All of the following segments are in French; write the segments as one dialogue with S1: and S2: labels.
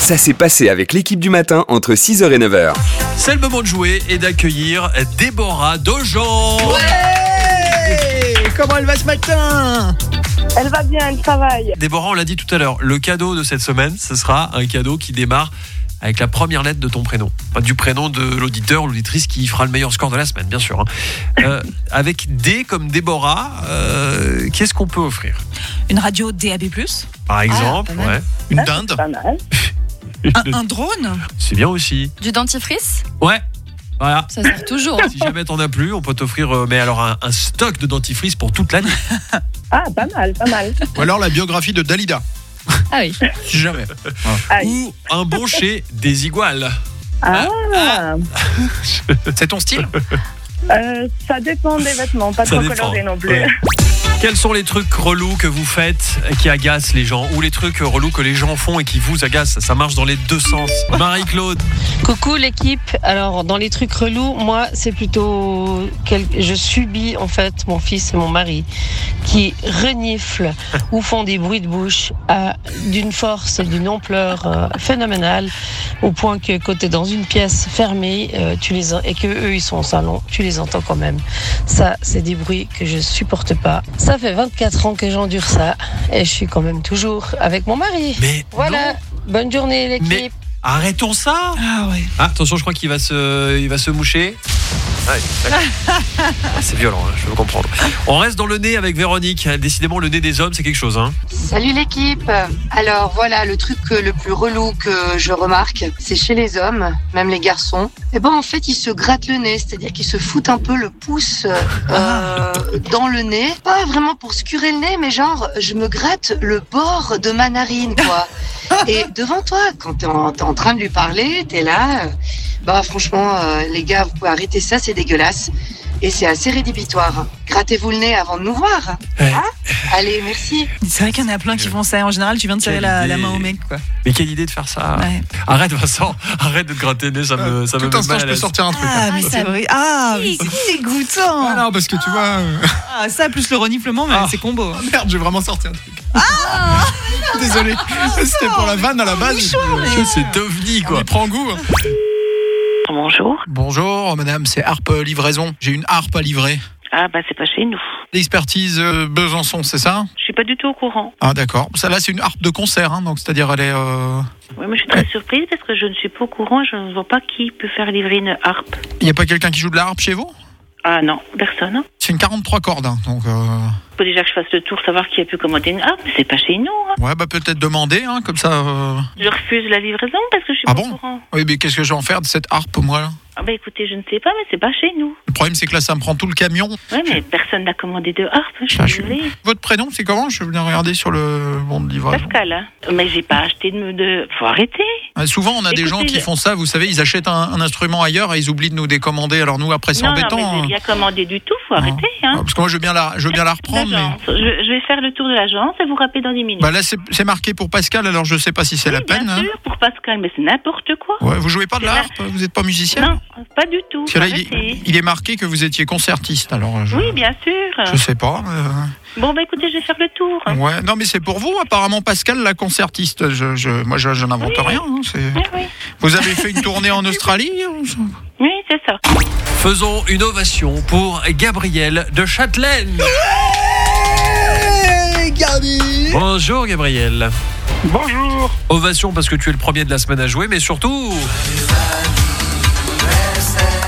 S1: Ça s'est passé avec l'équipe du matin entre 6h et 9h.
S2: C'est le moment de jouer et d'accueillir Déborah Dojan.
S3: Ouais Comment elle va ce matin
S4: Elle va bien, elle travaille.
S2: Déborah, on l'a dit tout à l'heure, le cadeau de cette semaine, ce sera un cadeau qui démarre avec la première lettre de ton prénom. Enfin, du prénom de l'auditeur ou l'auditrice qui fera le meilleur score de la semaine, bien sûr. hein. Euh, avec D comme Déborah, euh, qu'est-ce qu'on peut offrir
S5: Une radio DAB+,
S6: Ah,
S2: Par exemple,
S5: pas mal.
S2: ouais,
S3: Une dinde
S4: Pas mal.
S5: un, un drone,
S2: c'est bien aussi.
S6: Du dentifrice
S2: Ouais, voilà.
S6: Ça sert toujours.
S2: Si jamais t'en as plus, on peut t'offrir euh, mais alors un, un stock de dentifrice pour toute l'année.
S4: Ah, pas mal, pas mal.
S3: Ou alors la biographie de Dalida
S6: Ah oui.
S3: Si jamais.
S4: Aïe.
S2: ou un bon chez des iguales.
S4: Ah,
S3: C'est ton style
S4: euh, ça dépend des vêtements, pas
S2: Ça
S4: trop
S2: dépend.
S4: colorés non plus.
S2: Ouais. Quels sont les trucs relous que vous faites et qui agacent les gens ou les trucs relous que les gens font et qui vous agacent Ça marche dans les deux sens. Marie-Claude,
S7: Coucou l'équipe. Alors dans les trucs relous, moi c'est plutôt quel- je subis en fait mon fils et mon mari qui reniflent ou font des bruits de bouche à d'une force et d'une ampleur euh, phénoménale au point que quand t'es dans une pièce fermée, euh, tu les en- et que eux ils sont au salon, tu les entends quand même. Ça c'est des bruits que je supporte pas. Ça fait 24 ans que j'endure ça et je suis quand même toujours avec mon mari.
S2: mais
S7: Voilà.
S2: non.
S7: Bonne journée l'équipe.
S2: Mais- arrêtons ça.
S5: ah ouais,
S2: Ah, attention, je crois qu'il va se, il va se moucher. Ah, il- Ah, c'est violent, hein, je veux comprendre. On reste dans le nez avec Véronique. Décidément, le nez des hommes, c'est quelque chose. Hein.
S8: Salut l'équipe Alors voilà, le truc euh, le plus relou que je remarque, c'est chez les hommes, même les garçons. Et ben en fait, ils se grattent le nez, c'est-à-dire qu'ils se foutent un peu le pouce euh, dans le nez. Pas vraiment pour se curer le nez, mais genre, je me gratte le bord de ma narine, quoi. Et devant toi, quand t'es en, t'es en train de lui parler, t'es là... euh, bah franchement, euh, les gars, vous pouvez arrêter ça, c'est dégueulasse. Et c'est assez rédhibitoire. Grattez-vous le nez avant de nous voir.
S2: Ouais.
S8: Hein Allez, merci.
S5: c'est vrai qu'il y en a plein qui font ça. En général, tu viens de serrer la, la main au mec, quoi.
S2: Mais quelle idée de faire ça.
S5: Ouais.
S2: Arrête, Vincent, arrête de te gratter le nez, ça me, ça me
S9: Euh,
S2: met
S9: Tout instant,
S2: mal à
S9: je peux
S2: l'aise.
S9: sortir un truc.
S5: Ah mais c'est vrai, ah mais c'est
S9: Ah
S5: dégoûtant.
S9: non, parce que tu vois. euh,
S5: Ah, ça plus le reniflement, mais
S2: Ah.
S5: c'est combo.
S9: ah Merde, j'ai vraiment sorti un truc.
S5: Ah.
S9: Désolé, c'était pour la vanne à la base.
S2: C'est devenu quoi.
S9: Il prend goût.
S10: Bonjour.
S9: Bonjour, madame, c'est Harpe Livraison. J'ai une harpe à livrer.
S10: Ah bah c'est pas chez nous.
S9: L'expertise euh, Besançon, c'est ça
S10: Je suis pas du tout au courant.
S9: Ah, d'accord. Ça, là, c'est une harpe de concert, hein, donc c'est-à-dire, elle est. euh,
S10: Oui, moi je suis très surprise parce que je ne suis pas au courant. Je ne vois pas qui peut faire livrer une harpe.
S9: Il n'y a pas quelqu'un qui joue de la harpe chez vous
S10: Ah non, personne. hein.
S9: C'est une 43 cordes, hein, donc. euh,
S10: Faut déjà que je fasse le tour, savoir qui a pu commander une harpe. mais C'est pas chez nous. hein.
S9: Ouais, bah peut-être demander, hein, comme ça. euh.
S10: Je refuse la livraison parce que je suis
S9: Ah
S10: pas
S9: bon
S10: au courant.
S9: Oui, mais qu'est-ce que je vais en faire de cette harpe, moi là
S10: Ah bah écoutez, je ne sais pas, mais c'est pas chez nous.
S9: Le problème, c'est que là, ça me prend tout le camion.
S10: Ouais, mais personne n'a commandé de harpe. Je suis
S9: Ah, je-
S10: désolée.
S9: Votre prénom, c'est comment Je viens regarder sur le bon de livraison.
S10: Pascal, hein. Mais j'ai pas acheté de. de... Faut arrêter.
S9: Ouais, Ah, souvent, on a des
S10: Écoutez,
S9: gens qui
S10: je-
S9: font ça. Vous savez, ils achètent un, un instrument ailleurs et ils oublient de nous décommander. Alors nous, après, c'est
S10: non, non,
S9: embêtant.
S10: mais
S9: hein.
S10: j'ai rien commandé du tout. Faut
S9: Non.
S10: arrêter.
S9: Ah,
S10: Hein.
S9: Parce que moi, je veux bien la, je veux bien la reprendre. Mais...
S10: L'agence. Je, je vais faire le tour de l'agence et vous rappeler dans 10 minutes.
S9: Bah là, c'est c'est marqué pour Pascal. Alors je sais pas si c'est la
S10: Oui, bien
S9: peine. hein.
S10: sûr, pour Pascal, mais c'est n'importe quoi.
S9: Ouais, vous jouez pas de la
S10: C'est
S9: harpe Vous n'êtes pas musicien
S10: Non, pas du tout.
S9: Parce que là,
S10: Arrêtez.
S9: il, il est marqué que vous étiez concertiste. Alors euh, je,
S10: Oui, bah. bien sûr.
S9: je sais pas. euh,
S10: Bon, bah écoutez, je vais faire le tour.
S9: Ouais. Non, mais c'est pour vous. Apparemment, Pascal, la concertiste. Je, je, moi, je, je n'invente
S10: Oui.
S9: rien. hein, c'est-
S10: Ah Oui, oui.
S9: Vous avez fait une tournée en Australie ou ça
S10: Oui, c'est ça.
S2: Faisons une ovation pour Gabriel de Châtelaine.
S3: Hey, Gardi
S2: Bonjour Gabriel.
S11: Bonjour
S2: Ovation parce que tu es le premier de la semaine à jouer, mais surtout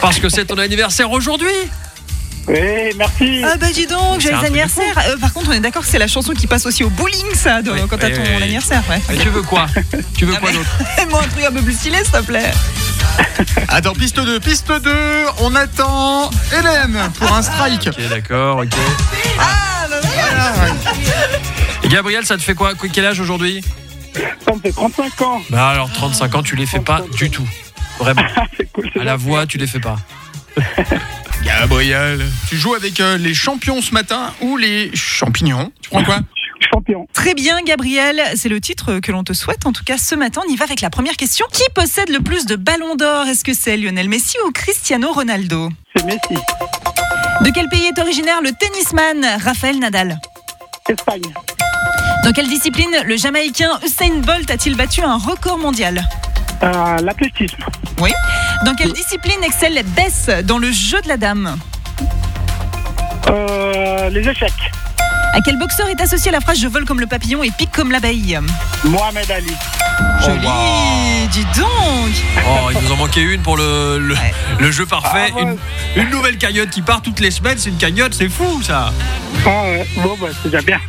S2: parce que c'est ton anniversaire aujourd'hui.
S11: Oui, merci
S5: Ah bah dis donc,
S2: C'est un
S5: joyeux
S2: truc
S5: anniversaire. Euh, par contre, on est d'accord que c'est la chanson qui passe aussi au bowling, ça, de-
S2: Oui,
S5: quand t'as
S2: oui,
S5: ton
S2: oui.
S5: anniversaire, ouais.
S2: Et tu veux quoi Tu veux quoi d'autre
S5: Moi, un truc un peu plus stylé, s'il te plaît.
S9: Attends, piste 2, piste 2, on attend Hélène pour un strike.
S2: Ok, d'accord, ok.
S5: Ah bah voilà.
S2: Et Gabriel, ça te fait quoi Quel âge aujourd'hui
S11: Ça me fait 35 ans
S2: Bah alors 35 ans, tu les fais pas du tout. Vraiment.
S11: C'est cool,
S2: À la voix, tu les fais pas.
S9: Gabriel. Tu joues avec euh, les champions ce matin ou les champignons Tu prends quoi
S11: c'est champion
S5: Très bien, Gabriel. C'est le titre que l'on te souhaite. En tout cas, ce matin, on y va avec la première question. Qui possède le plus de ballons d'or Est-ce que c'est Lionel Messi ou Cristiano Ronaldo
S11: C'est Messi
S5: De quel pays est originaire le tennisman Raphaël Nadal
S11: Espagne
S5: Dans quelle discipline le Jamaïcain Usain Bolt a-t-il battu un record mondial
S11: Euh, L'athlétisme.
S5: Oui. Dans quelle discipline excelle Bess dans le jeu de la dame
S11: Euh, les échecs.
S5: À quel boxeur est associée la phrase Je vole comme le papillon et pique comme l'abeille
S11: Mohamed Ali.
S5: Joli, dis donc
S2: Oh, il nous en manquait une pour le, le, le jeu parfait. une, une nouvelle cagnotte qui part toutes les semaines, c'est une cagnotte, c'est fou ça.
S11: Ah ouais, bon, bah, c'est déjà bien.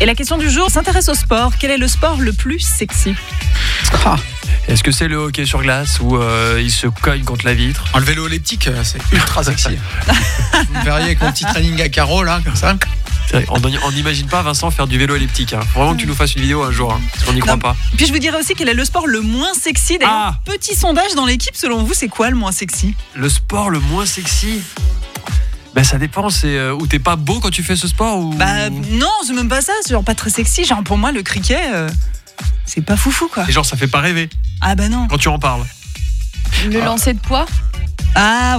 S5: Et la question du jour s'intéresse au sport. Quel est le sport le plus sexy
S2: Est-ce que c'est le hockey sur glace où euh, il se cogne contre la vitre
S12: Le vélo elliptique, euh, c'est ultra sexy. Vous me verriez avec mon petit training à carreaux, là, comme ça.
S2: C'est vrai, On on n'imagine pas Vincent faire du vélo elliptique. hein. Faut Vraiment que tu nous fasses une vidéo un jour, hein, parce qu'on n'y croit pas.
S5: Puis je vous dirais aussi quel est le sport le moins sexy. D'ailleurs, petit sondage dans l'équipe, selon vous, c'est quoi le moins sexy
S2: Le sport le moins sexy ben, ça dépend, c'est euh, où t'es pas beau quand tu fais ce sport ou
S5: Bah non, c'est même pas ça, c'est genre pas très sexy. Genre pour moi, le cricket, euh, c'est pas foufou quoi.
S2: Et genre ça fait pas rêver
S5: Ah bah non.
S2: quand tu en parles.
S6: Le lancer de poids
S5: Ah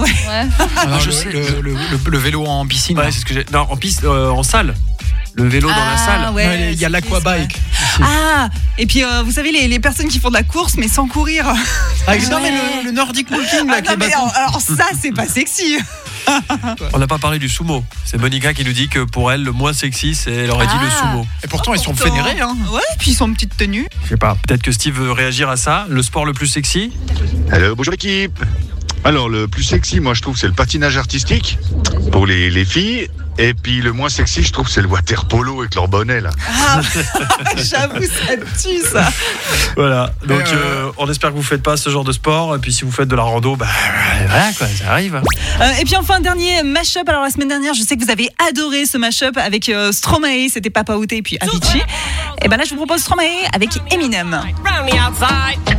S5: ouais.
S12: Alors,
S2: je
S12: le,
S2: sais.
S12: le- le- le- le vélo en piscine.
S2: Ouais, c'est ce que j'ai. Non, en piste, euh, en salle. Le vélo dans la
S5: Ah,
S2: salle.
S5: ouais, Ouais, il y a
S12: l'aquabike.
S5: Ah, et puis euh, vous savez, les, les personnes qui font de la course mais sans courir.
S12: Ah, non, mais le, le Nordic Walking, là, avec
S5: Ah,
S12: les
S5: non, mais
S12: bâtons.
S5: alors, alors ça, c'est pas sexy.
S2: On n'a pas parlé du sumo. C'est Monica qui nous dit que pour elle, le moins sexy, c'est elle aurait dit le sumo.
S12: Et pourtant, ils sont
S5: Pourtant.
S12: fédérés, hein.
S5: Ouais, et puis ils sont en petite tenue.
S2: Je sais pas. Peut-être que Steve veut réagir à ça. Le sport le plus sexy
S13: Allô, bonjour équipe. Alors, le plus sexy, moi, je trouve, c'est le patinage artistique pour les, les filles. Et puis, le moins sexy, je trouve, c'est le water polo avec leur bonnet, là.
S5: Ah, j'avoue, ça tue ça.
S2: Voilà. Donc,
S12: Euh,
S2: euh, on espère que vous faites pas ce genre de sport. Et puis, si vous faites de la rando, bah voilà quoi, ça arrive.
S5: Euh, et puis enfin, dernier mash-up. Alors la semaine dernière, je sais que vous avez adoré ce mash-up avec euh, Stromae, c'était Papa Outé et puis Avicii. Et ben là, je vous propose Stromae avec Eminem.
S14: round the outside.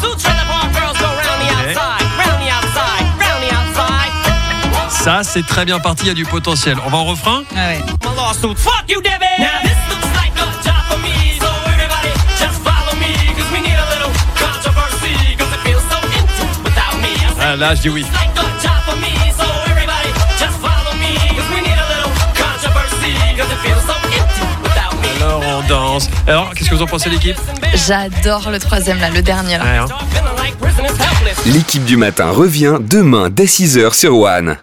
S14: Suits for the hard girls go round the outside, round the outside, round the outside.
S2: Ça, c'est très bien parti. Il y a du potentiel. On va en refrain.
S5: Ah
S14: My lawsuit, fuck you, Debbie. Now this looks like a job for me, so everybody just follow me, 'cause we need a little controversy, 'cause it feels so empty without me. I said,
S2: Ah, là, je dis oui.
S14: like a job for me, so everybody just follow me, 'cause we need a little controversy, 'cause it feels so empty without me.
S2: Alors, on danse. Alors, qu'est-ce que vous en pensez, l'équipe
S6: J'adore le troisième, là, le dernier. Là.
S2: Ouais, hein.
S1: L'équipe du matin revient demain dès 6h sur One.